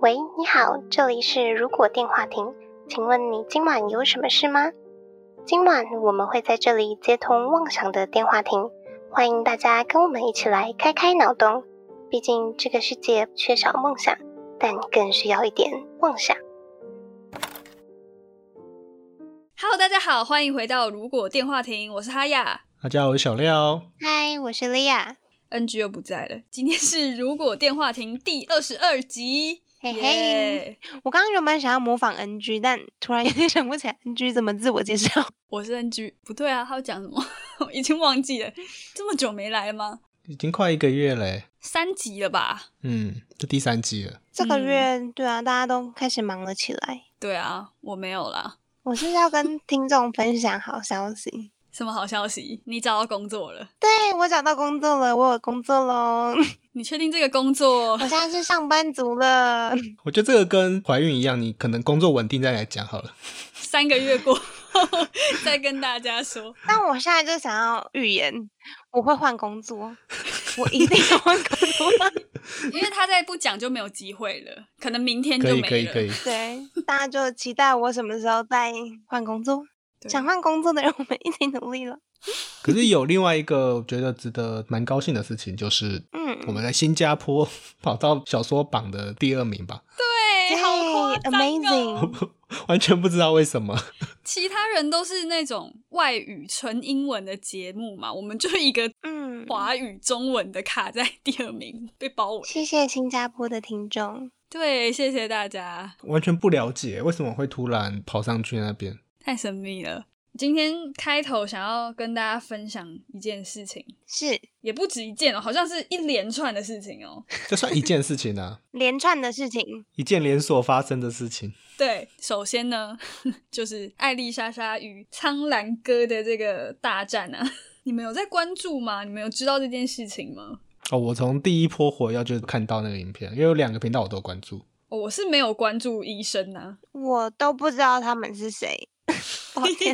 喂，你好，这里是如果电话亭，请问你今晚有什么事吗？今晚我们会在这里接通妄想的电话亭，欢迎大家跟我们一起来开开脑洞。毕竟这个世界缺少梦想，但更需要一点妄想。 Hello，大家好，欢迎回到如果电话亭，我是哈雅大家好，我是小廖。嗨，我是莉亚， ，NG 又不在了。今天是如果电话亭第二十二集，嘿耶我刚刚原本想要模仿 NG，但突然有 点想不起来 NG 怎么自我介绍。我是 NG，不对啊，他要讲什么？ 我已经忘记了，这么久没来了吗？已经快一个月嘞，三集了吧？嗯，这第三季了。这个嗯月，对啊，大家都开始忙了起来。对啊，我没有啦。我是要跟听众分享好消息，什么好消息？你找到工作了？对我找到工作了，我有工作喽，你确定这个工 作 哎我现在是上班族了。嗯我觉得这个跟怀孕一样，你可能工作稳定再来讲好了。三个月过后 再跟大家说？但我现在就想要预言，我会换工作，我一定要换工作。 因为他再不讲就没有机会了，可能明天 可就以，没了。可以，可以。对，大家就期待我什么时候再换工作。对想换工作的人，我们一起努力了。可是有另外一个我觉得值得蛮高兴的事情，就是我嗯，们在新加坡跑到小说榜的第二名吧， 对，好夸张、哦、 amazing！ 完全不知道为什么。其他人都是那种外语纯英文的节目嘛，我们就一个嗯，华语中文的卡在第二名，被包围。谢谢新加坡的听众。对，谢谢大家，完全不了解为什么会突然跑上去那边。太神秘了。今天开头想要跟大家分享一件事情，是也不止一件哦，好像是一连串的事情哦。这算一件事情啊，连串的事情，一件连锁发生的事情。对，首先呢， 就是艾丽莎莎与苍兰哥的这个大战啊， 你们有在关注吗？你们有知道这件事情吗？哦，我从第一波火药就看到那个影片，因为有两个频道我都关注。哦我是没有关注医生啊呐、我都不知道他们是谁。 抱歉，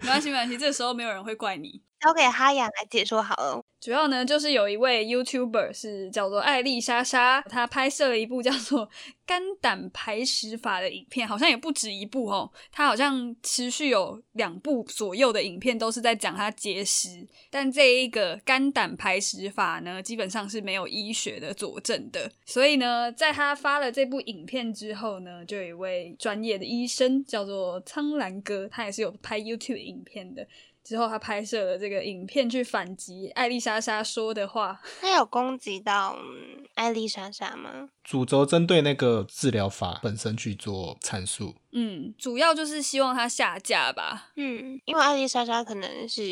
没关系，没关系，这时候没有人会怪你。交给哈雅来解说好了。主要呢，就是有一位 YouTuber 是叫做艾丽莎莎，她拍摄了一部叫做《肝胆排石法》的影片，好像也不止一部哦。她好像持续有两部左右的影片都是在讲她节食，但这一个肝胆排石法呢，基本上是没有医学的佐证的。所以呢，在她发了这部影片之后呢，就有一位专业的医生叫做苍兰哥，他也是有拍 YouTube 影片的，之后，他拍摄了这个影片去反击艾丽莎莎说的话。他有攻击到嗯艾丽莎莎吗？主轴针对那个治疗法本身去做阐述。嗯，主要就是希望她下架吧。嗯，因为艾丽莎莎可能是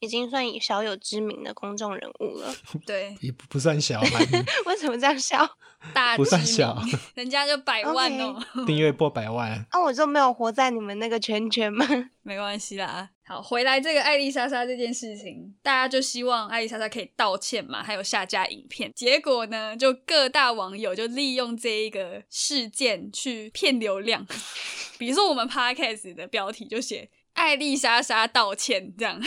已经算小有知名的公众人物了。 对，也不不算小吧，为什么这样笑？大不算知名小， 人家就百万哦订阅破百万，啊，我就没有活在你们那个圈圈 吗？没关系啦。好，回来这个艾丽莎莎这件事情，大家就希望艾丽莎莎可以道歉嘛，还有下架影片。结果呢，就各大网友就利用这一个事件去骗流量， 比如说我们 podcast 的标题就写“艾丽莎莎道歉”这样。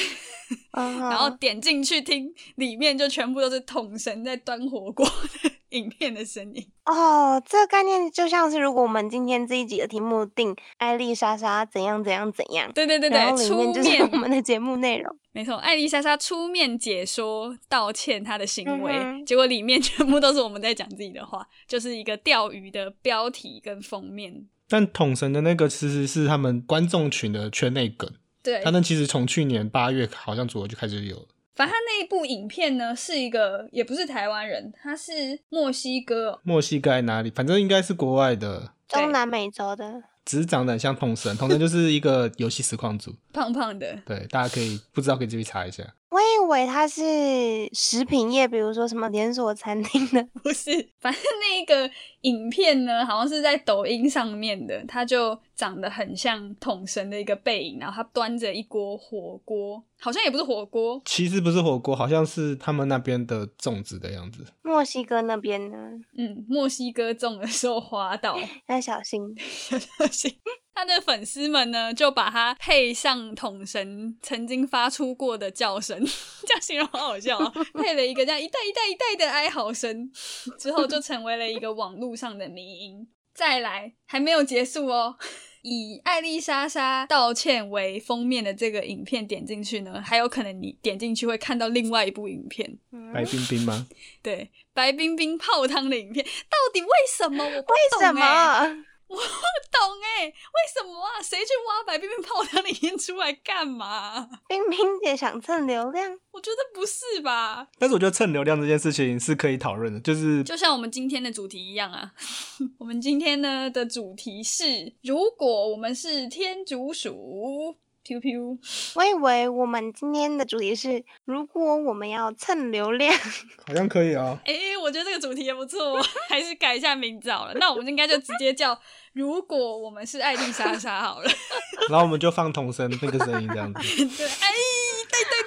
然然后点进去听，里面就全部都是桶神在端火锅的 影片的声音。哦，这个概念就像是如果我们今天这一集的题目定艾丽莎莎怎样怎样怎样，对对对然后对，里出面就是面我们的节目内容。没错，艾丽莎莎出面解说道歉她的行为，嗯哼结果里面全部都是我们在讲自己的话，就是一个钓鱼的标题跟封面。但统神的那个其实是他们观众群的圈内梗，对，他那其实从去年八月好像左右就开始有了。反正他那一部影片呢，是一个也不是台湾人，他是墨西哥哦、墨西哥还哪里，反正应该是国外的，对中南美洲的，只是长得很像统神，统神就是一个游戏实况组，胖胖的，对，大家可以不知道可以自己查一下。我以为它是食品业，比如说什么连锁餐厅的。 不是，反正那一个影片呢，好像是在抖音上面的，它就长得很像桶神的一个背影，然后他端着一锅火锅，好像也不是火锅，其实不是火锅，好像是他们那边的粽子的样子。墨西哥那边呢，嗯，墨西哥粽的时候滑倒，要小心。 小心。他的粉丝们呢就把他配上桶神曾经发出过的叫声， 这样形容好好 笑啊、配了一个这样一代一代一代的哀嚎声，之后就成为了一个网络上的迷音。再来，还没有结束哦。 以艾丽莎莎道歉为封面的这个影片点进去呢，还有可能你点进去会看到另外一部影片，嗯白冰冰吗？对，白冰冰泡汤的影片，到底为什么我不为懂、欸？什么？啊我不懂哎、为什么啊？谁去挖白冰冰泡汤的影片出来干嘛？ 冰冰姐想蹭流量，我觉得不是吧？但是我觉得蹭流量这件事情是可以讨论的，就是就像我们今天的主题一样啊， 我们今天呢的主题是：如果我们是天竺鼠，Q Q，我以为我们今天的主题是，如果我们要蹭流量， 好像可以啊。哎、我觉得这个主题也不错， 还是改一下名字好了。那我们应该就直接叫“如果我们是艾丽莎莎”好了。 然后我们就放童声那个声音这样子，对，哎，对对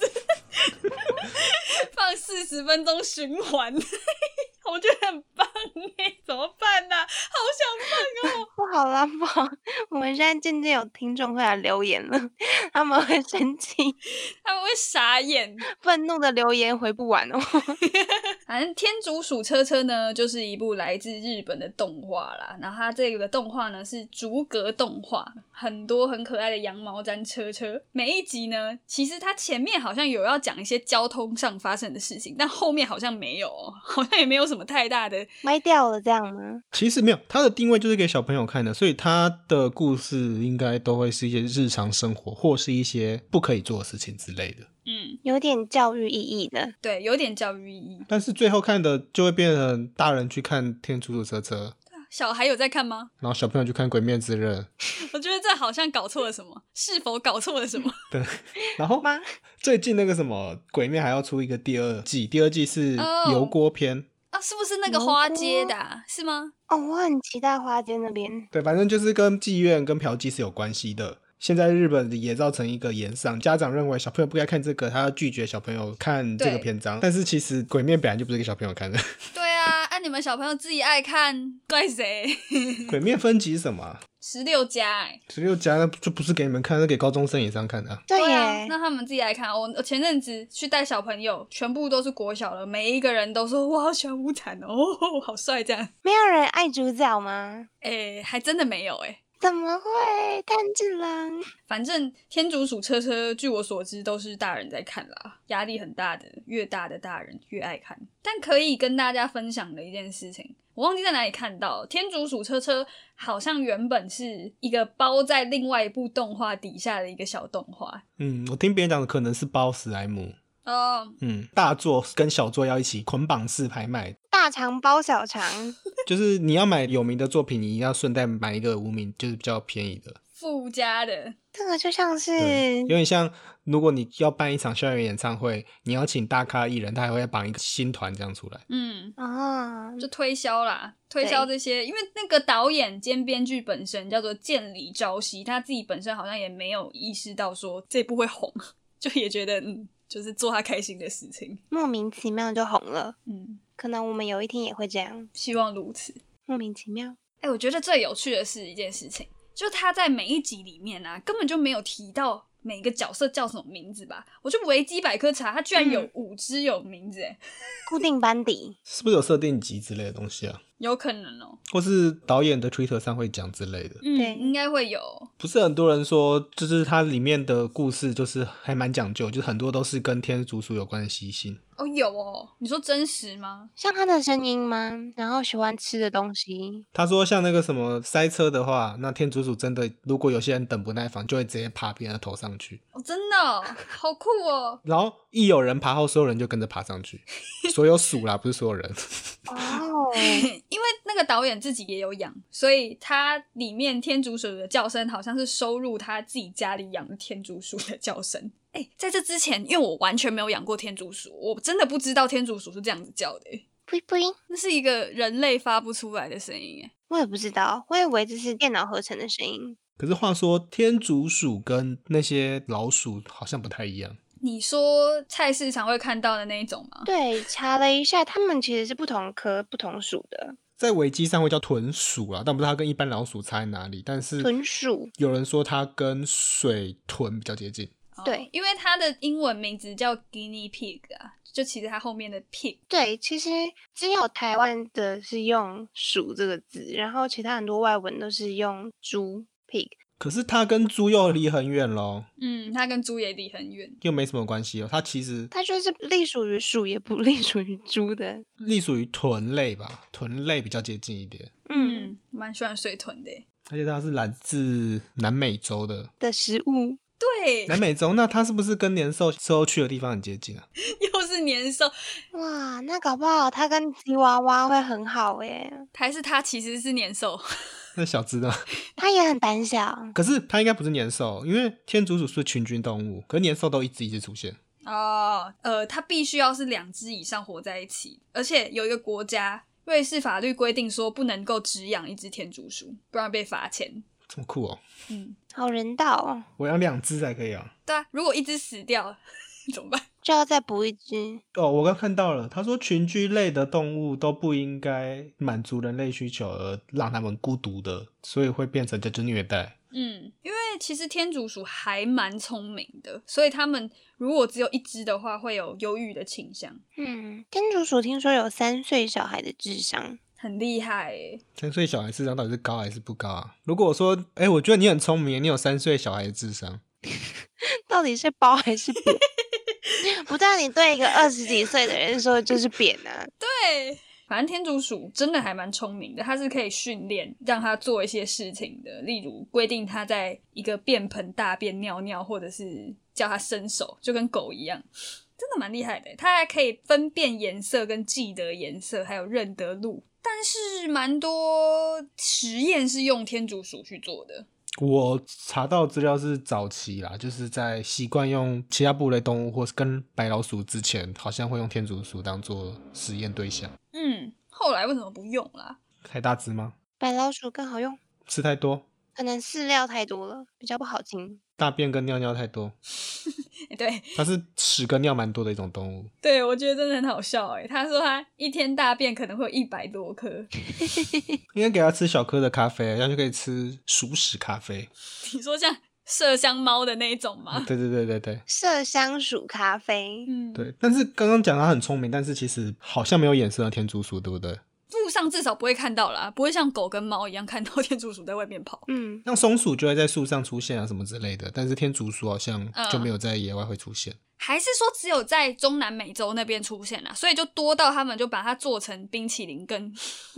对，这样子 放四十分钟循环， 我觉得很棒哎，怎么办呢、好想放哦！不好啦，不好，我们现在渐渐有听众会来留言了，他们会生气， 他们会傻眼。愤怒的留言回不完哦。反正《天竺鼠车车》呢，就是一部来自日本的动画啦。然后它这个动画呢是逐格动画，很多很可爱的羊毛毡车车。每一集呢，其实它前面好像有要讲一些交通上发生的事情，但后面好像没有哦，好像也没有什么太大的歪掉了这样吗？其实没有，它的定位就是给小朋友看的，所以它的故事应该都会是一些日常生活或是一些不可以做的事情之类的。嗯，有点教育意义的，对，有点教育意义。但是最后看的就会变成大人去看《天竺鼠车车》，小孩有在看吗？ 然后小朋友去看《鬼灭之刃》，我觉得这好像搞错了什么，是否搞错了什么？然后吗？最近那个什么《鬼灭》还要出一个第二季，第二季是哦油锅篇。 啊，是不是那个花街的、啊？是吗？哦，我很期待花街那边，对，反正就是跟妓院、跟嫖妓是有关系的。现在日本也造成一个延上，家长认为小朋友不该看这个，他要拒绝小朋友看这个对篇章。但是其实《鬼面》本来就不是给小朋友看的，对啊，按、你们小朋友自己爱看，怪谁？ 《鬼面》分级是什么啊？十六家哎、十六加那就不是给你们看，是给高中生以上看的啊、对耶，啊，那他们自己来看。我我前阵子去带小朋友，全部都是国小的，每一个人都说哇，好喜欢乌坦哦， 哦好帅这样。没有人爱主角吗？诶、还真的没有诶、怎么会？炭治郎，反正天竺鼠车车，据我所知都是大人在看啦，压力很大的，越大的大人越爱看。但可以跟大家分享的一件事情，我忘记在哪里看到，天竺鼠车车好像原本是一个包在另外一部动画底下的一个小动画。嗯，我听别人讲的可能是包史莱姆，哦、嗯，大作跟小作要一起捆绑式拍卖，大肠包小肠，就是你要买有名的作品，你一定要顺带买一个无名，就是比较便宜的。附加的，这个就像是对，有点像如果你要办一场校园演唱会，你要请大咖艺人，他还会绑一个新团这样出来。嗯，啊，就推销啦，推销这些，因为那个导演兼编剧本身叫做见里朝夕，他自己本身好像也没有意识到说这部会红，就也觉得嗯，就是做他开心的事情，莫名其妙就红了。嗯，可能我们有一天也会这样，希望如此。莫名其妙。哎、我觉得最有趣的是一件事情，就他在每一集里面啊，根本就没有提到每个角色叫什么名字吧？我去维基百科查，他居然有嗯五只有名字、哎、固定班底，是不是有设定集之类的东西啊？有可能哦、或是导演的 Twitter 上会讲之类的？对嗯，应该会有，不是很多人说，就是它里面的故事就是还蛮讲究，就是很多都是跟天竺鼠有关的习性。哦，有哦，你说真实吗？像他的声音吗？然后喜欢吃的东西，他说像那个什么塞车的话，那天竺鼠真的如果有些人等不耐烦，就会直接爬别人的头上去，哦，真的哦、好酷哦！ 然后一有人爬后，所有人就跟着爬上 去，所有鼠啦，不是所有人。哦，因为那个导演自己也有养，所以他里面天竺鼠的叫声好像是收入他自己家里养的天竺鼠的叫声。哎、在这之前，因为我完全没有养过天竺鼠，我真的不知道天竺鼠是这样子叫的、哎不不，那是一个人类发不出来的声音、哎，我也不知道，我以为这是电脑合成的声音。可是话说，天竺鼠跟那些老鼠好像不太一样。你说菜市场会看到的那一种吗？对，查了一下，他们其实是不同科、不同属的。在维基上会叫豚鼠啦，但不知道它跟一般老鼠差在哪里。但是豚鼠有人说它跟水豚比较接近，对哦因为它的英文名字叫 guinea pig 啊，就其实它后面的 pig 对，其实只有台湾的是用“鼠”这个字，然后其他很多外文都是用“猪 ”（pig）。可是它跟猪又离很远喽，嗯，它跟猪也离很远。又没什么关系哦。它其实它就是隶属于鼠，也不隶属于猪的。隶属于豚类吧，豚类比较接近一点，嗯，嗯，蛮喜欢水豚的耶。欸而且它是来自南美洲的。的食物对，南美洲，那它是不是跟年兽时候去的地方很接近啊？ 又是年兽，哇，那搞不好它跟吉娃娃会很好诶，还是它其实是年兽？ 那小只的，它也很胆小。可是它应该不是年兽，因为天竺鼠是群居动物，可是年兽都一只一只出现。哦，呃，它必须要是两只以上活在一起，而且有一个国家，瑞士法律规定说不能够只养一只天竺鼠，不然被罚钱。这么酷哦！嗯，好人道哦，我养两只才可以啊。对啊，如果一只死掉 怎么办？就要再补一只。哦，我刚看到了，他说群居类的动物都不应该满足人类需求而让他们孤独的，所以会变成这就是虐待。嗯，因为其实天竺鼠还蛮聪明的，所以它们如果只有一只的话，会有忧郁的倾向，嗯，天竺鼠听说有三岁小孩的智商，很厉害欸耶。三岁小孩智商到底是高还是不高啊？如果我说，哎、我觉得你很聪明，你有三岁小孩的智商，到底是包还是扁？ 不但你对一个二十几岁的人说就是扁啊，对，反正天竺鼠真的还蛮聪明的，它是可以训练让它做一些事情的，例如规定它在一个便盆大便、尿尿，或者是叫它伸手，就跟狗一样。真的蛮厉害的，欸它还可以分辨颜色、跟记得颜色，还有认得路。但是蛮多实验是用天竺鼠去做的，我查到资料是早期啦，就是在习惯用其他哺乳类动物或是跟白老鼠之前，好像会用天竺鼠当做实验对象。嗯，后来为什么不用啦？ 太大只吗？白老鼠更好用，吃太多，可能饲料太多了，比较不好清。大便跟尿尿太多，欸对它是屎跟尿蛮多的一种动物。对，我觉得真的很好笑哎。他说他一天大便可能会有一百多颗，应该给它吃小颗的咖啡，这样就可以吃熟食咖啡。 你说像麝香猫的那一种吗？对对对对对麝香鼠咖啡，嗯，，对。但是刚刚讲它很聪明，但是其实好像没有衍生的天竺鼠，对不对？路上至少不会看到啦，不会像狗跟猫一样看到天竺鼠在外面跑。嗯，像松鼠就会在树上出现啊，什么之类的。但是天竺鼠好像就没有在野外会出现。还是说只有在中南美洲那边出现啦，所以就多到他们就把它做成冰淇淋跟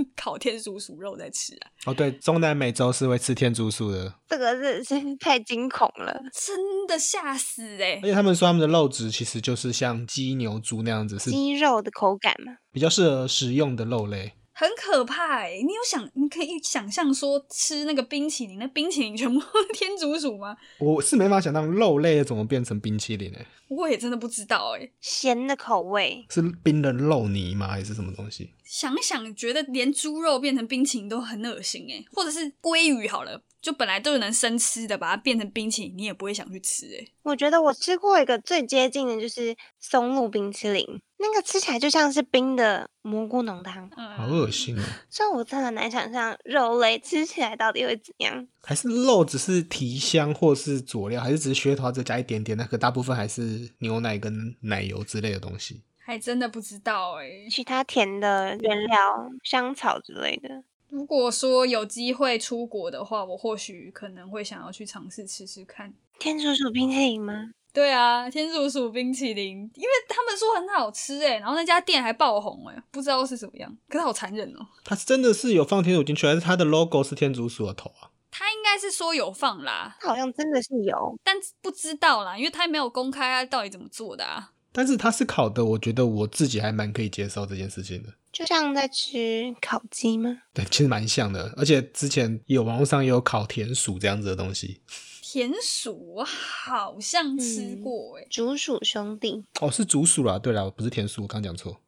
烤天竺鼠肉在吃啊，哦，对，中南美洲是会吃天竺鼠的，这个真是 太惊恐了。真的吓死哎、而且他们说他们的肉质其实就是像鸡、牛、猪那样子，是鸡肉的口感嘛，比较适合食用的肉类。很可怕哎、你有想，你可以想象说吃那个冰淇淋，那冰淇淋全部都是天竺鼠吗？我是没法想象肉类怎么变成冰淇淋诶、我也真的不知道哎、咸的口味，是冰的肉泥吗？还是什么东西？想一想觉得连猪肉变成冰淇淋都很恶心哎、或者是鲑鱼好了，就本来都是能生吃的，把它变成冰淇淋，你也不会想去吃哎、我觉得我吃过一个最接近的就是松露冰淇淋，那个吃起来就像是冰的蘑菇浓汤，嗯，好恶心哦、这我真的很难想象肉类吃起来到底会怎样。还是肉只是提香或是佐料，还是只是噱头再加一点点？那个大部分还是牛奶跟奶油之类的东西。还真的不知道哎、其他甜的原料、香草之类的，如果说有机会出国的话，我或许可能会想要去尝试吃吃看。天竺鼠冰淇淋吗？对啊，天竺鼠冰淇淋，因为他们说很好吃哎、然后那家店还爆红哎、不知道是什么样，可是好残忍哦、它真的是有放天竺进去，还是它的 logo 是天竺鼠的头啊？他应该是说有放啦，它好像真的是有，但不知道啦，因为他没有公开他到底怎么做的啊。但是它是烤的，我觉得我自己还蛮可以接受这件事情的。就像在吃烤鸡吗？对，其实蛮像的，而且之前有网络上也有烤田鼠这样子的东西。田鼠我好像吃过哎、竹鼠兄弟，哦，是竹鼠啦，对啦，不是田鼠，我刚讲错。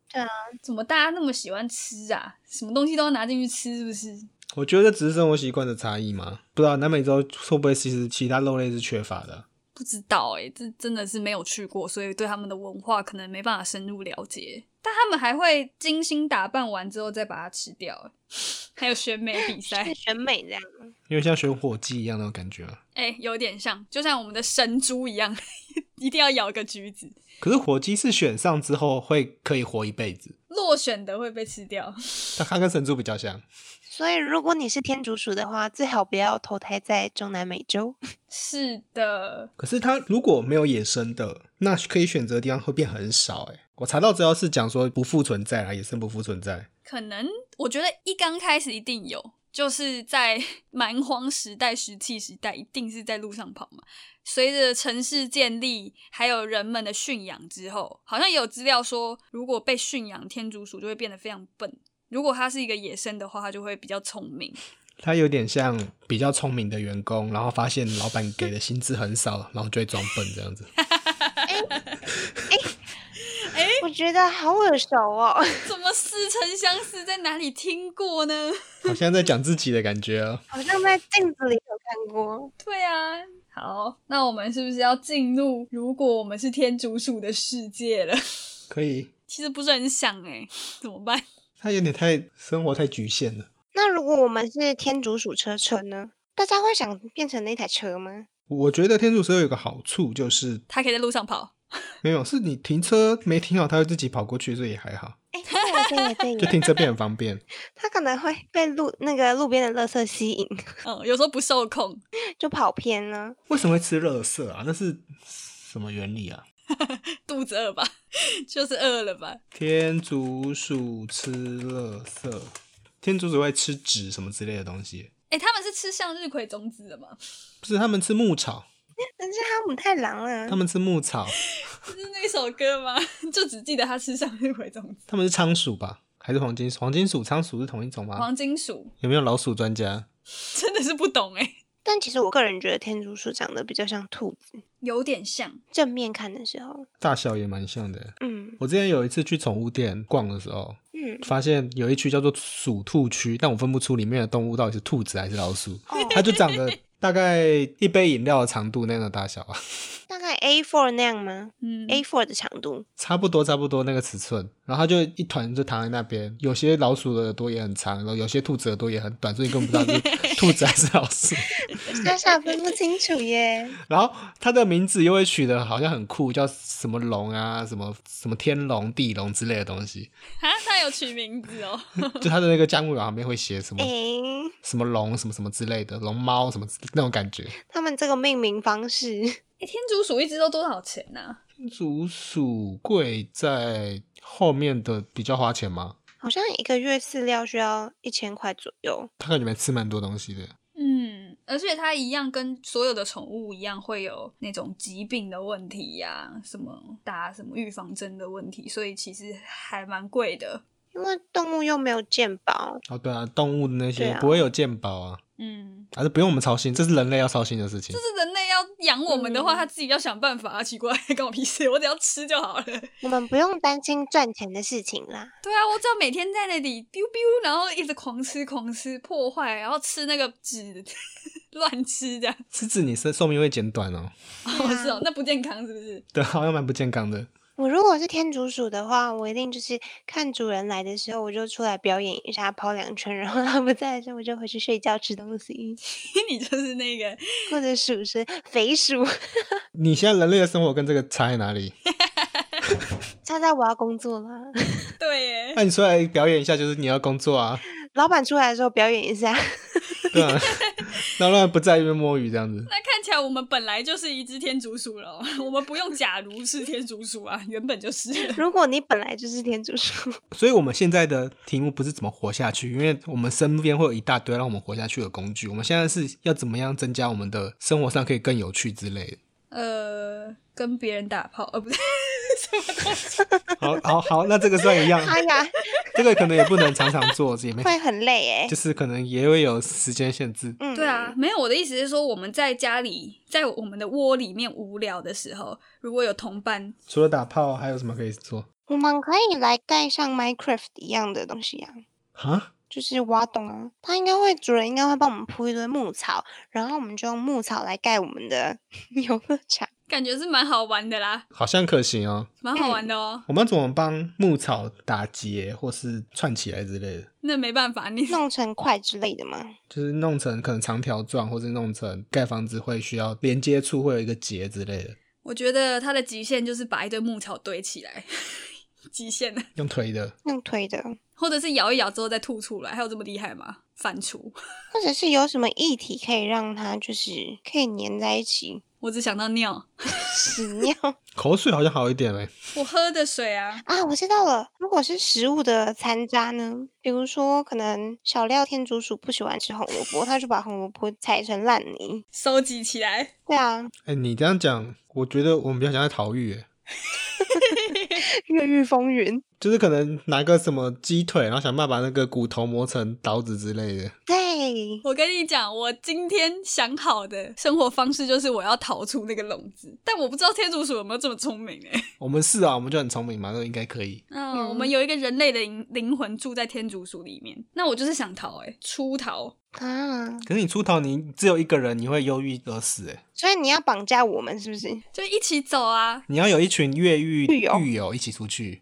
怎么大家那么喜欢吃啊？什么东西都要拿进去吃是不是？我觉得只是生活习惯的差异嘛，不知道南美洲会不会其实其他肉类是缺乏的啊。不知道哎、这真的是没有去过，所以对他们的文化可能没办法深入了解。但他们还会精心打扮完之后再把它吃掉欸， 还有选美比赛是，选美这样。因为像选火鸡一样那种感觉啊。哎、有点像，就像我们的神猪一样， 一定要咬个橘子。可是火鸡是选上之后会可以活一辈子，落选的会被吃掉， 但它跟神猪比较像。所以如果你是天竺鼠的话，最好不要投胎在中南美洲。是的，可是它如果没有野生的，那可以选择的地方会变很少、欸。哎，我查到资料是讲说不复存在啊，野生不复存在。可能我觉得一刚开始一定有，就是在 蛮荒时代、石器时代，一定是在路上跑嘛。随着城市建立，还有人们的驯养之后，好像也有资料说，如果被驯养天竺鼠就会变得非常笨。如果它是一个野生的话，它就会比较聪明。 它有点像比较聪明的员工，然后发现老板给的薪资很少，然后就会装笨这样子。我觉得好耳熟哦，怎么似曾相识，在哪里听过呢？ 好像在讲自己的感觉啊。好像在镜子里有看过。对啊，好，那我们是不是要进入如果我们是天竺鼠的世界了？ 可以，其实不是很想哎、怎么办？它有点太生活太局限了。那如果我们是天竺鼠车车呢？大家会想变成那台车吗？我觉得天竺蛇有个好处就是，它可以在路上跑，没有是你停车没停好，它会自己跑过去，所以也还好，哎，对耶对耶就对耶，停车变很方便。它可能会被路那个路边的垃圾吸引，嗯，有时候不受控， 就跑偏了。 为什么会吃垃圾啊？那是什么原理啊？肚子饿吧， 就是饿了吧。天竺鼠吃垃圾，天竺鼠会吃纸什么之类的东西，哎、他们是吃向日葵种子的吗？不是他们吃牧草，但是哈姆太郎啊他，们吃牧草，是那首歌吗？ 就只记得它吃向日葵种子。他们是仓鼠吧？还是黄金鼠？黄金鼠、仓鼠是同一种吗？黄金鼠有没有老鼠专家？真的是不懂哎、但其实我个人觉得天竺鼠长得比较像兔子，有点像，正面看的时候，大小也蛮像的。嗯我之前有一次去宠物店逛的时候，嗯，发现有一区叫做鼠兔区，但我分不出里面的动物到底是兔子还是老鼠，哦，它就长得大概一杯饮料的长度那样的大小啊，大概 A4 那样吗嗯， ？A4 的长度，差不多差不多那个尺寸。然后它就一团就躺在那边，有些老鼠的耳朵也很长，然后有些兔子耳朵也很短，所以你根本不知道是兔子还是老鼠。嗯小小分不清 楚耶。然后它的名字又会取得好像很酷，叫什么龙啊，什么什么天龙、地龙之类的东西。啊，它有取名字哦，就它的那个价目表旁边会写什么诶，什么龙什么什么之类的，龙猫什么之那种感觉。他们这个命名方式， 哎、天竺鼠一只都多少钱呢、啊？竹鼠贵在后面的比较花钱吗？好像一个月饲料需要一千块左右。他感觉没吃蛮多东西的。嗯，而且它一样跟所有的宠物一样，会有那种疾病的问题呀、什么打什么预防针的问题，所以其实还蛮贵的。因为动物又没有健保，哦，对啊，动物的那些、对啊不会有健保啊，嗯，还是不用我们操心，这是人类要操心的事情就。是人类要养我们的话，嗯它自己要想办法啊，奇怪， 关我屁事，我只要吃就好了。对我们不用担心赚钱的事情啦。啊，我只要每天在那里 biu biu，然后一直狂吃狂吃破坏，然后吃那个纸 乱吃这样，狮子，你是寿命会减短哦， 哦是哦，那不健康是不是？ 对啊，好像蛮不健康的。我如果是天竺鼠的话，我一定就是看主人来的时候，我就出来表演一下跑两圈，然后他不在的时候，我就回去睡觉吃东西，你就是那个或者鼠是肥鼠。你现在人类的生活跟这个差在哪里？ 现在我要工作啦， 对耶那、，你出来表演一下，就是你要工作啊，老板出来的时候表演一下。对啊，然后让人不在一边摸鱼这样子。那看起来我们本来就是一只天竺鼠了哦， 我们不用假如是天竺鼠啊，原本就是。如果你本来就是天竺鼠，所以我们现在的题目不是怎么活下去，因为我们身边会有一大堆让我们活下去的工具。我们现在是要怎么样增加我们的生活上可以更有趣之类的。 呃，跟别人打炮，呃，不是什么东西，好， 好，好，那这个算一 样，哎呀，这个可能也不能常常做，也没，会很累哎、就是可能也会有时间限制。嗯，对啊，，没有，我的意思是说，我们在家里，在我们的窝里面无聊的时候，如果有同伴，除了打炮，还有什么可以做？我们可以来带上 Minecraft 一样的东西啊，啊？就是挖洞啊，它应该会主人应该会帮我们铺一堆牧草，然后我们就用牧草来盖我们的 游乐场。感觉是蛮好玩的啦，好像可行哦。蛮好玩的哦。我们怎么帮牧草打结或是串起来之类的？那没办法，你弄成块之类的嘛，就是弄成可能长条状，或是弄成盖房子会需要连接处会有一个结之类的，我觉得它的极限就是把一堆牧草堆起来， 极限了，用推的。用推的，或者是咬一咬之后再吐出来，还有这么厉害吗？反刍，或者是有什么液体可以让它就是可以粘在一起，我只想到尿，屎尿 口水好像好一点欸嘞、我喝的水啊，啊！我知道了，如果是食物的残渣呢，比如说可能小料天竺鼠不喜欢吃红萝卜，它就把红萝卜踩成烂泥。收集起来。对啊，哎、你这样讲，我觉得我们比较想在逃狱、欸， 越狱风云。就是可能拿个什么鸡腿，然后想办法把那个骨头磨成刀子之类的。对，我跟你讲，我今天想好的生活方式就是我要逃出那个笼子，但我不知道天竺鼠有没有这么聪明哎、我们是啊，我们就很聪明嘛，那应该可以。嗯，我们有一个人类的灵灵魂住在天竺鼠里面，那我就是想逃哎、出逃。啊，可是你出逃，你只有一个人，你会忧郁而死、欸。所以你要绑架我们是不是？就一起走啊！你要有一群越狱狱友一起出去，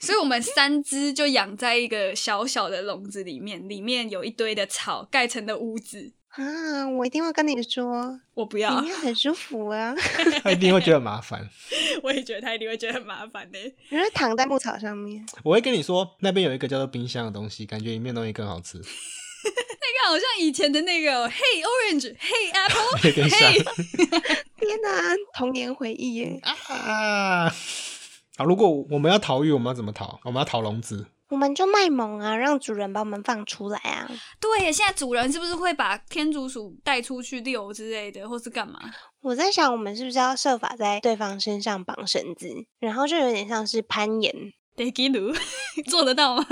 所以我们三只就养在一个小小的笼子里面，里面有一堆的草盖成的屋子。啊，我一定会跟你说，我不里要，面很舒服啊。他一定会觉得很麻烦。 我也觉得他一定会觉得很麻烦呢、欸你是躺在牧草上面，我会跟你说，那边有一个叫做冰箱的东西，感觉里面的东西更好 吃，那个好像以前的那个 Hey Orange, Hey 有 Apple, 点像 Hey，天哪，童年回忆耶！啊。好，如果我们要逃狱，我们要怎么逃？我们要逃笼子，我们就卖萌啊，让主人把我们放出来啊！对耶，现在主人是不是会把天竺鼠带出去遛之类的，或是干嘛？我在想，我们是不是要设法在对方身上绑绳子，然后就有点像是攀岩，得给鲁 做得到吗？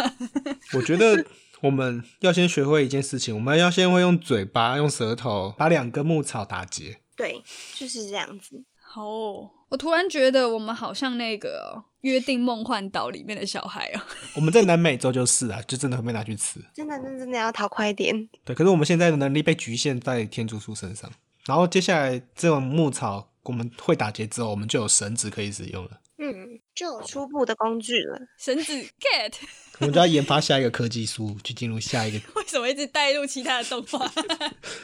我觉得我们要先学会一件事情，我们要先会用嘴巴、用舌头把两根牧草打结。对，就是这样子。好哦、我突然觉得我们好像那个哦、约定梦幻岛》里面的小孩哦。我们在南美洲就是啊，就真的会被拿去吃。真的，真的真的要逃快一点。对，可是我们现在的能力被局限在天竺鼠身上，然后接下来这种牧草我们会打结之后，我们就有绳子可以使用了，嗯，就有初步的工具了。绳 子 get 我们就要研发下一个科技树，去进入下一个。为什么一直带入其他的动 画？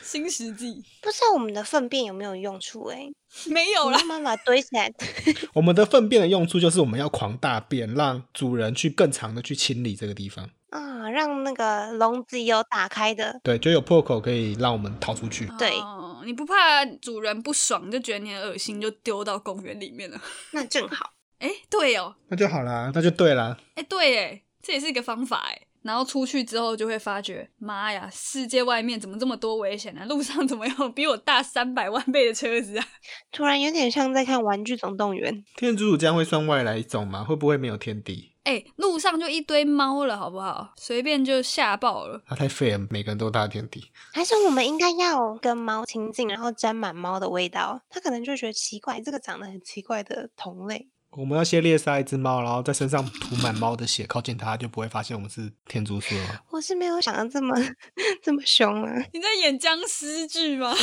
新世纪不知道我们的粪便有没有用处、欸？没哎，有啦慢，慢把它堆起来。 我们的粪便的用处就是我们要狂大便，让主人去更长的去清理这个地方。啊，让那个笼子有打开的，对，就有破口可以让我们逃出去。对哦你不怕主人不爽，就觉得你很恶心，就丢到公园里面了。那正好。哎，对哦，那就好啦，那就对啦。哎，对，哎，这也是一个方法，哎。然后出去之后就会发觉，妈呀，世界外面怎么这么多危险啊？路上怎么有比我大三百万倍的车子啊？突然有点像在看《玩具总动员》。 天竺鼠这样会算外来种吗？会不会没有天敌？哎、路上就一堆猫了，好不好？随便就吓爆了。啊它太废了，每个人都大天敌。还是我们应该要跟猫亲近，然后沾满猫的味道，它可能就觉得奇怪，这个长得很奇怪的同类。我们要先猎杀一只猫，然后在身上涂满猫的血，靠近它就不会发现我们是天竺鼠了吗。我是没有想到这么 这么凶啊，你在演僵尸剧吗？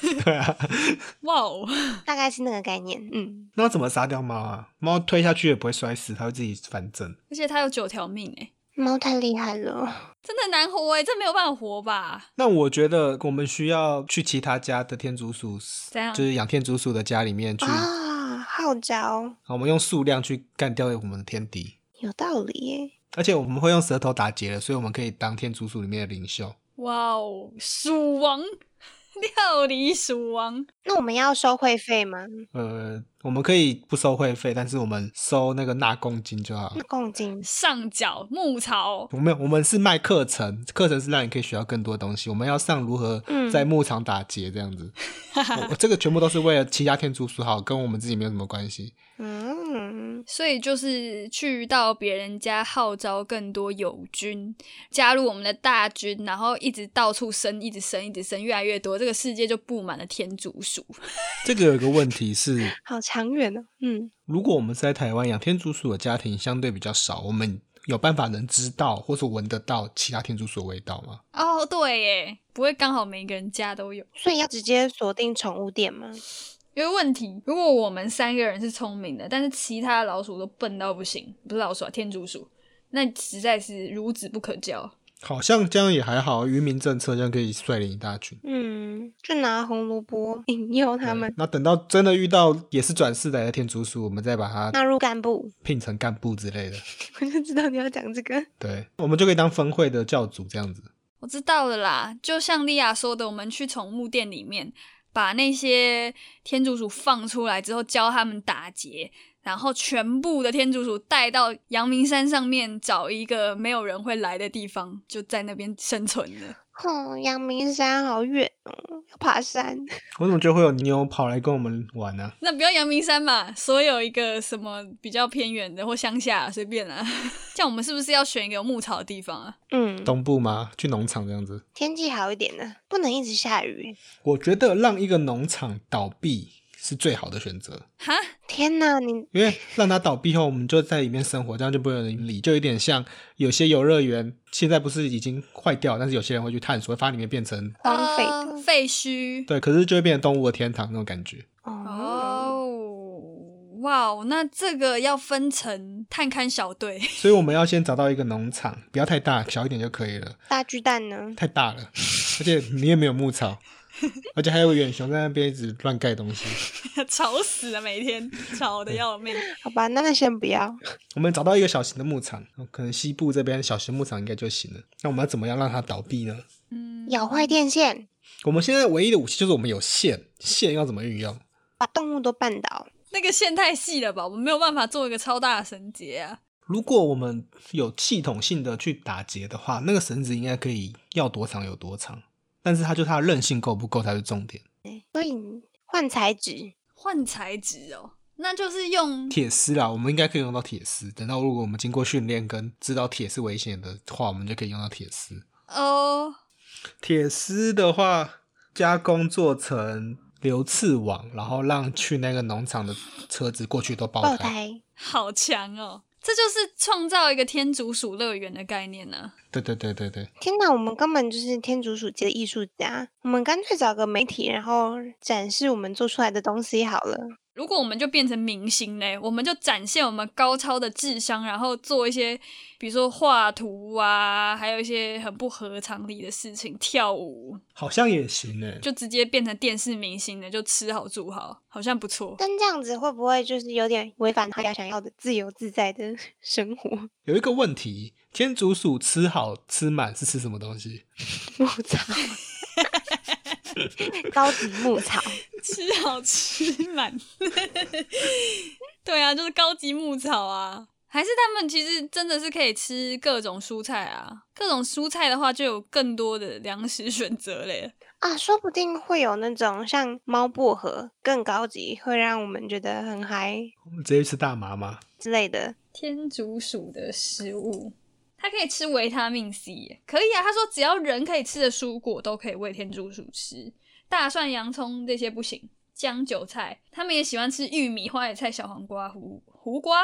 对啊，哇哦！ 大概是那个概念。嗯，那要怎么杀掉猫啊？猫推下去也不会摔死，它会自己反正。而且它有九条命哎，猫太厉害了，真的很难活哎，这没有办法活吧？那我觉得我们需要去其他家的天竺鼠，怎样就是养天竺鼠的家里面去，啊，号召我们用数量去干掉我们的天敌。有道理耶。而且我们会用舌头打结了，所以我们可以当天竺鼠里面的领袖。哇哦，鼠王，料理鼠王，那我们要收会费吗？呃，我们可以不收会费，但是我们收那个纳贡金就好那。共金上缴牧草，我们我们是卖课程，课程是让你可以学到更多东西。我们要上如何嗯在牧场打结这样子，我我这个全部都是为了其他天竺鼠好，跟我们自己没有什么关系。嗯，所以就是去到别人家号召更多友军加入我们的大军，然后一直到处生，一直生，一直生，越来越多，这个世界就布满了天竺鼠。这个有一个问题是，好长远哦。嗯，如果我们是在台湾养天竺鼠的家庭相对比较少，我们有办法能知道或是闻得到其他天竺鼠的味道吗？哦，对耶，不会刚好每一个人家都有。所以要直接锁定宠物店吗？因为问题，如果我们三个人是聪明的，但是其他的老鼠都笨到不行，不是老鼠啊，天竺鼠，那实在是孺子不可教。好像这样也还好，渔民政策这样可以率领一大群。嗯，就拿红萝卜引诱他们对那等到真的遇到也是转世来的天竺鼠，我们再把它纳入干部。聘成干部之类的。我就知道你要讲这个。对，我们就可以当分会的教主这样子。我知道了啦，就像莉亚说的，我们去宠物店里面把那些天竺鼠放出来之后，教他们打结，然后全部的天竺鼠带到阳明山上面找一个没有人会来的地方，就在那边生存了。哦，阳明山好远哦，要爬山。我怎么觉得会有牛跑来跟我们玩呢、那不要阳明山嘛，所有一个什么比较偏远的或乡下随便啦、 这样我们是不是要选一个有牧草的地方啊？嗯，东部吗？去农场这样子？天气好一点呢，不能一直下雨。我觉得让一个农场倒闭是最好的选择。哈，天哪，你因为让它倒闭后，我们就在里面生活，这样就不会有人理，就有点像有些游乐园现在不是已经坏掉，但是有些人会去探索，会把里面变成荒废啊的废墟。呃对，可是就会变成动物的天堂那种感觉。哦。哦，哇哦，那这个要分成探勘小队， 所以我们要先找到一个农场，不要太大，小一点就可以了，大巨蛋呢？太大了，而且里面没有牧草， 而且还有远雄在那边一直乱盖东西。吵死了，每天吵的要命。好吧，那那先不要。我们找到一个小型的牧场，可能西部这边小型牧场应该就行了。那我们要怎么样让它倒闭呢？嗯，咬坏电线，我们现在唯一的武器就是我们有线，线要怎么运用？把动物都绊倒。那个线太细了吧，我们没有办法做一个超大的绳结啊。如果我们有系统性的去打结的话，那个绳子应该可以要多长有多长，但是它就它的韧性够不够才是重点。所以换材质，换材质哦，那就是用铁丝啦，我们应该可以用到铁丝。等到如果我们经过训练跟知道铁是危险的话，我们就可以用到铁丝。哦，铁丝的话，加工做成流刺网，然后让去那个农场的车子过去都爆爆胎。胎，好强哦。这就是创造一个天竺鼠乐园的概念呢、对对对对对，天哪，我们根本就是天竺鼠界的艺术家。我们干脆找个媒体，然后展示我们做出来的东西好了。如果我们就变成明星嘞，我们就展现我们高超的智商，然后做一些，比如说画图啊，还有一些很不合常理的事情，跳舞，好像也行欸诶。就直接变成电视明星了，就吃好住好，好像不错。但这样子会不会就是有点违反他想要的自由自在的生活？有一个问题，天竺鼠吃好吃满是吃什么东西？牧 草，高级牧草，吃好吃 满。对啊，就是高级牧草啊，还是他们其实真的是可以吃各种蔬菜啊，各种蔬菜的话就有更多的粮食选择嘞。啊，说不定会有那种像猫薄荷更高级，会让我们觉得很嗨我们直接去吃大麻吗？之类的。天竺鼠的食物，它可以吃维他命 C，耶可以啊。他说只要人可以吃的蔬果都可以喂天竺鼠吃，大蒜、洋葱这些不行，姜、韭菜，他们也喜欢吃玉米、花野菜、小黄瓜、胡胡瓜。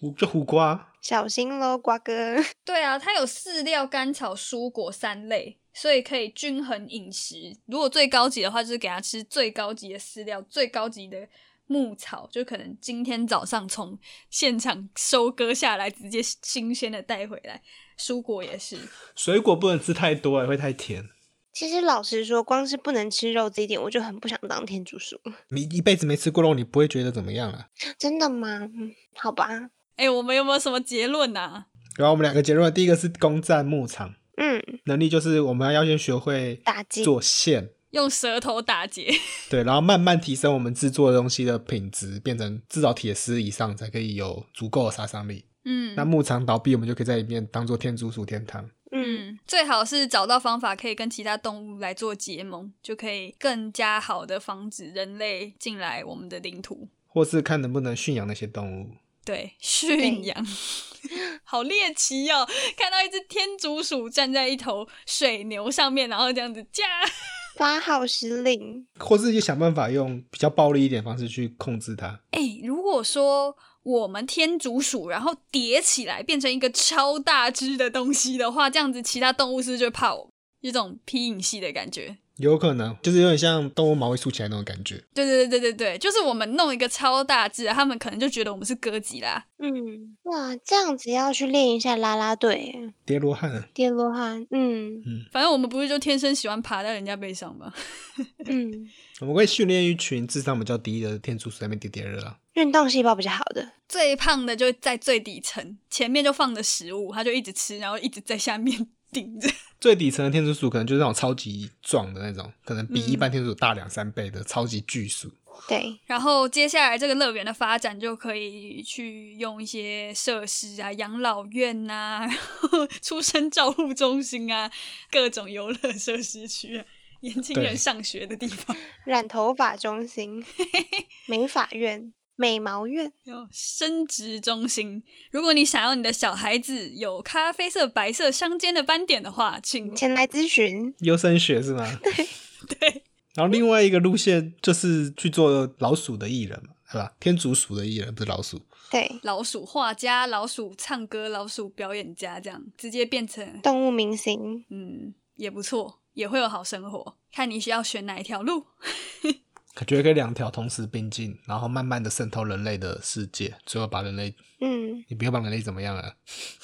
胡这胡瓜，小心喽，瓜哥！ 对啊，它有饲料、甘草、蔬果三类，所以可以均衡饮食。如果最高级的话，就是给它吃最高级的饲料、最高级的牧草，就可能今天早上从现场收割下来，直接新鲜的带回来。蔬果也是，水果不能吃太多欸，会太甜。其实老实说，光是不能吃肉这一点，我就很不想当天竺鼠。你一辈子没吃过肉，你不会觉得怎么样啊？ 真的吗？嗯好吧，哎，我们有没有什么结论啊呐、然后我们两个结论，第一个是攻占牧场嗯，能力，就是我们要先学会打击做线，用舌头打结，对，然后慢慢提升我们制作的东西的品质，变成至少铁丝以上才可以有足够的杀伤力。嗯，那牧场倒闭，我们就可以在里面当做天竺鼠天堂。嗯，嗯，最好是找到方法可以跟其他动物来做结盟，就可以更加好的防止人类进来我们的领土。或是看能不能驯养那些动物。对，驯养， 好猎奇哦！看到一只天竺鼠站在一头水牛上面，然后这样子驾，发号施令，或是也想办法用比较暴力一点的方式去控制它。哎、如果说我们天竺鼠，然后叠起来变成一个超大只的东西的话，这样子其他动物是不是就会怕我？一种皮影戏的感觉。有可能就是有点像动物毛会竖起来那种感觉。对对对对对对，就是我们弄一个超大只的，他们可能就觉得我们是哥吉拉。嗯，哇，这样子要去练一下啦啦队、叠罗汉，叠罗汉，嗯反正我们不是就天生喜欢爬在人家背上吗？嗯，我们可以训练一群智商比较低的天竺鼠在那边叠叠乐啊。运动细胞比较好的，最胖的就在最底层，前面就放着食物，他就一直吃，然后一直在下面 顶着。最底层的天竺鼠可能就是那种超级壮的那种，可能比嗯一般天竺鼠大两三倍的超级巨鼠。对，然后接下来这个乐园的发展就可以去用一些设施啊，养老院呐、然后出生照护中心啊，各种游乐设施区、啊，年轻人对上学的地方，染头发中心、美发院、美毛院，然后生殖中心。如果你想要你的小孩子有咖啡色、白色相间的斑点的话，请前来咨询，优生学是吗？ 对。然后另外一个路线就是去做老鼠的艺人嘛，对吧？天竺鼠的艺人不是老鼠，对，老鼠画家、老鼠唱歌、老鼠表演家，这样直接变成动物明星，嗯，也不错，也会有好生活。看你需要选哪一条路。 感觉可以两条同时并进，然后慢慢的渗透人类的世界，最后把人类，嗯，你不要把人类怎么样了，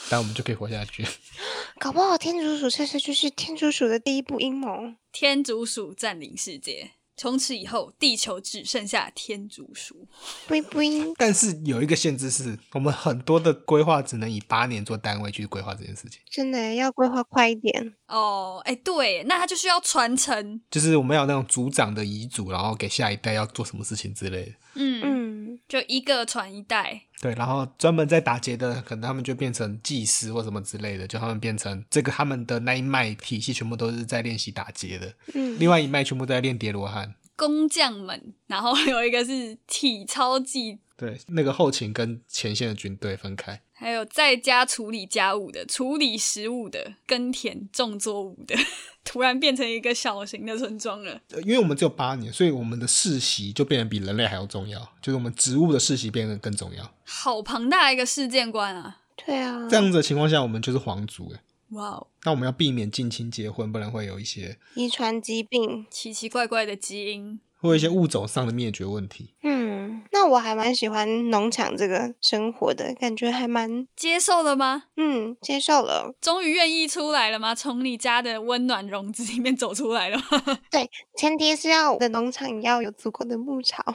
但我们就可以活下去。 搞不好天竺鼠这次就是天竺鼠的第一步阴谋，天竺鼠占领世界，从此以后，地球只剩下天竺鼠。不一不一，但是有一个限制是，我们很多的规划只能以八年做单位去规划这件事情，真的要规划快一点，哦，哎，对，那它就需要传承。就是我们要有那种组长的遗嘱，然后给下一代要做什么事情之类的。嗯，嗯，就一个传一代。对，然后专门在打劫的，可能他们就变成技师或什么之类的，就他们变成这个他们的那一脉体系全部都是在练习打劫的，嗯另外一脉全部都在练叠罗汉。工匠们，然后有一个是体操技，对，那个后勤跟前线的军队分开。还有在家处理家务的、处理食物的、耕田种作物的， 突然变成一个小型的村庄了。呃因为我们只有八年，所以我们的世袭就变得比人类还要重要，就是我们植物的世袭变得更重要。好庞大一个世界观啊！对啊，这样子的情况下，我们就是皇族哎。哇哦，那我们要避免近亲结婚，不然会有一些遗传疾病，奇奇怪怪的基因，会有一些物种上的灭绝问题。嗯，那我还蛮喜欢农场这个生活的，感觉还蛮，接受了吗？嗯，接受了。终于愿意出来了吗？从你家的温暖笼子里面走出来了吗？ 前提是要我的农场要有足够的牧草，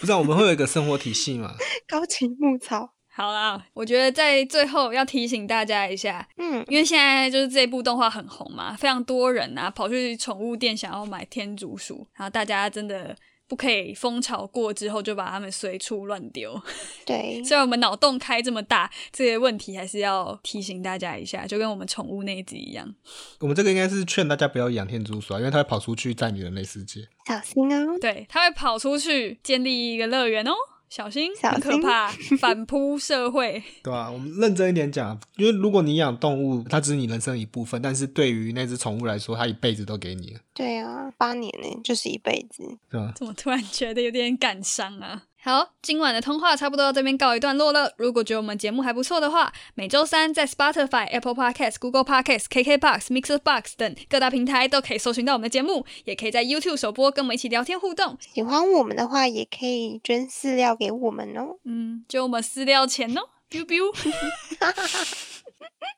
不知道我们会有一个生活体系嘛？ 高级牧草。好啦，我觉得在最后要提醒大家一下，嗯，因为现在就是这部动画很红嘛，非常多人啊跑去宠物店想要买天竺鼠，然后大家真的不可以风潮过之后就把它们随处乱丢。对，虽然我们脑洞开这么大，这些问题还是要提醒大家一下，就跟我们宠物那一集一样。我们这个应该是劝大家不要养天竺鼠啊，因为它会跑出去占领人类世界。小心哦。对，它会跑出去建立一个乐园哦，小心，小很可心 怕，反扑社会。对啊，我们认真一点讲，因为如果你养动物，它只是你人生的一部分，但是对于那只宠物来说，它一辈子都给你了，对啊，八年呢，就是一辈子。对吧？怎么突然觉得有点感伤啊？好，今晚的通话差不多到这边告一段落了。如果觉得我们节目还不错的话，每周三在 Spotify、Apple Podcast、Google Podcast、KKBox、Mixer Box 等各大平台都可以搜寻到我们的节目，也可以在 YouTube 首播跟我们一起聊天互动。喜欢我们的话，也可以捐饲料给我们哦。嗯，就我们私聊钱哦，biu biu。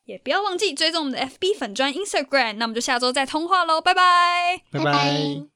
也不要忘记追踪我们的 FB 粉砖 Instagram，那我们就下周再通话喽，拜拜。拜拜拜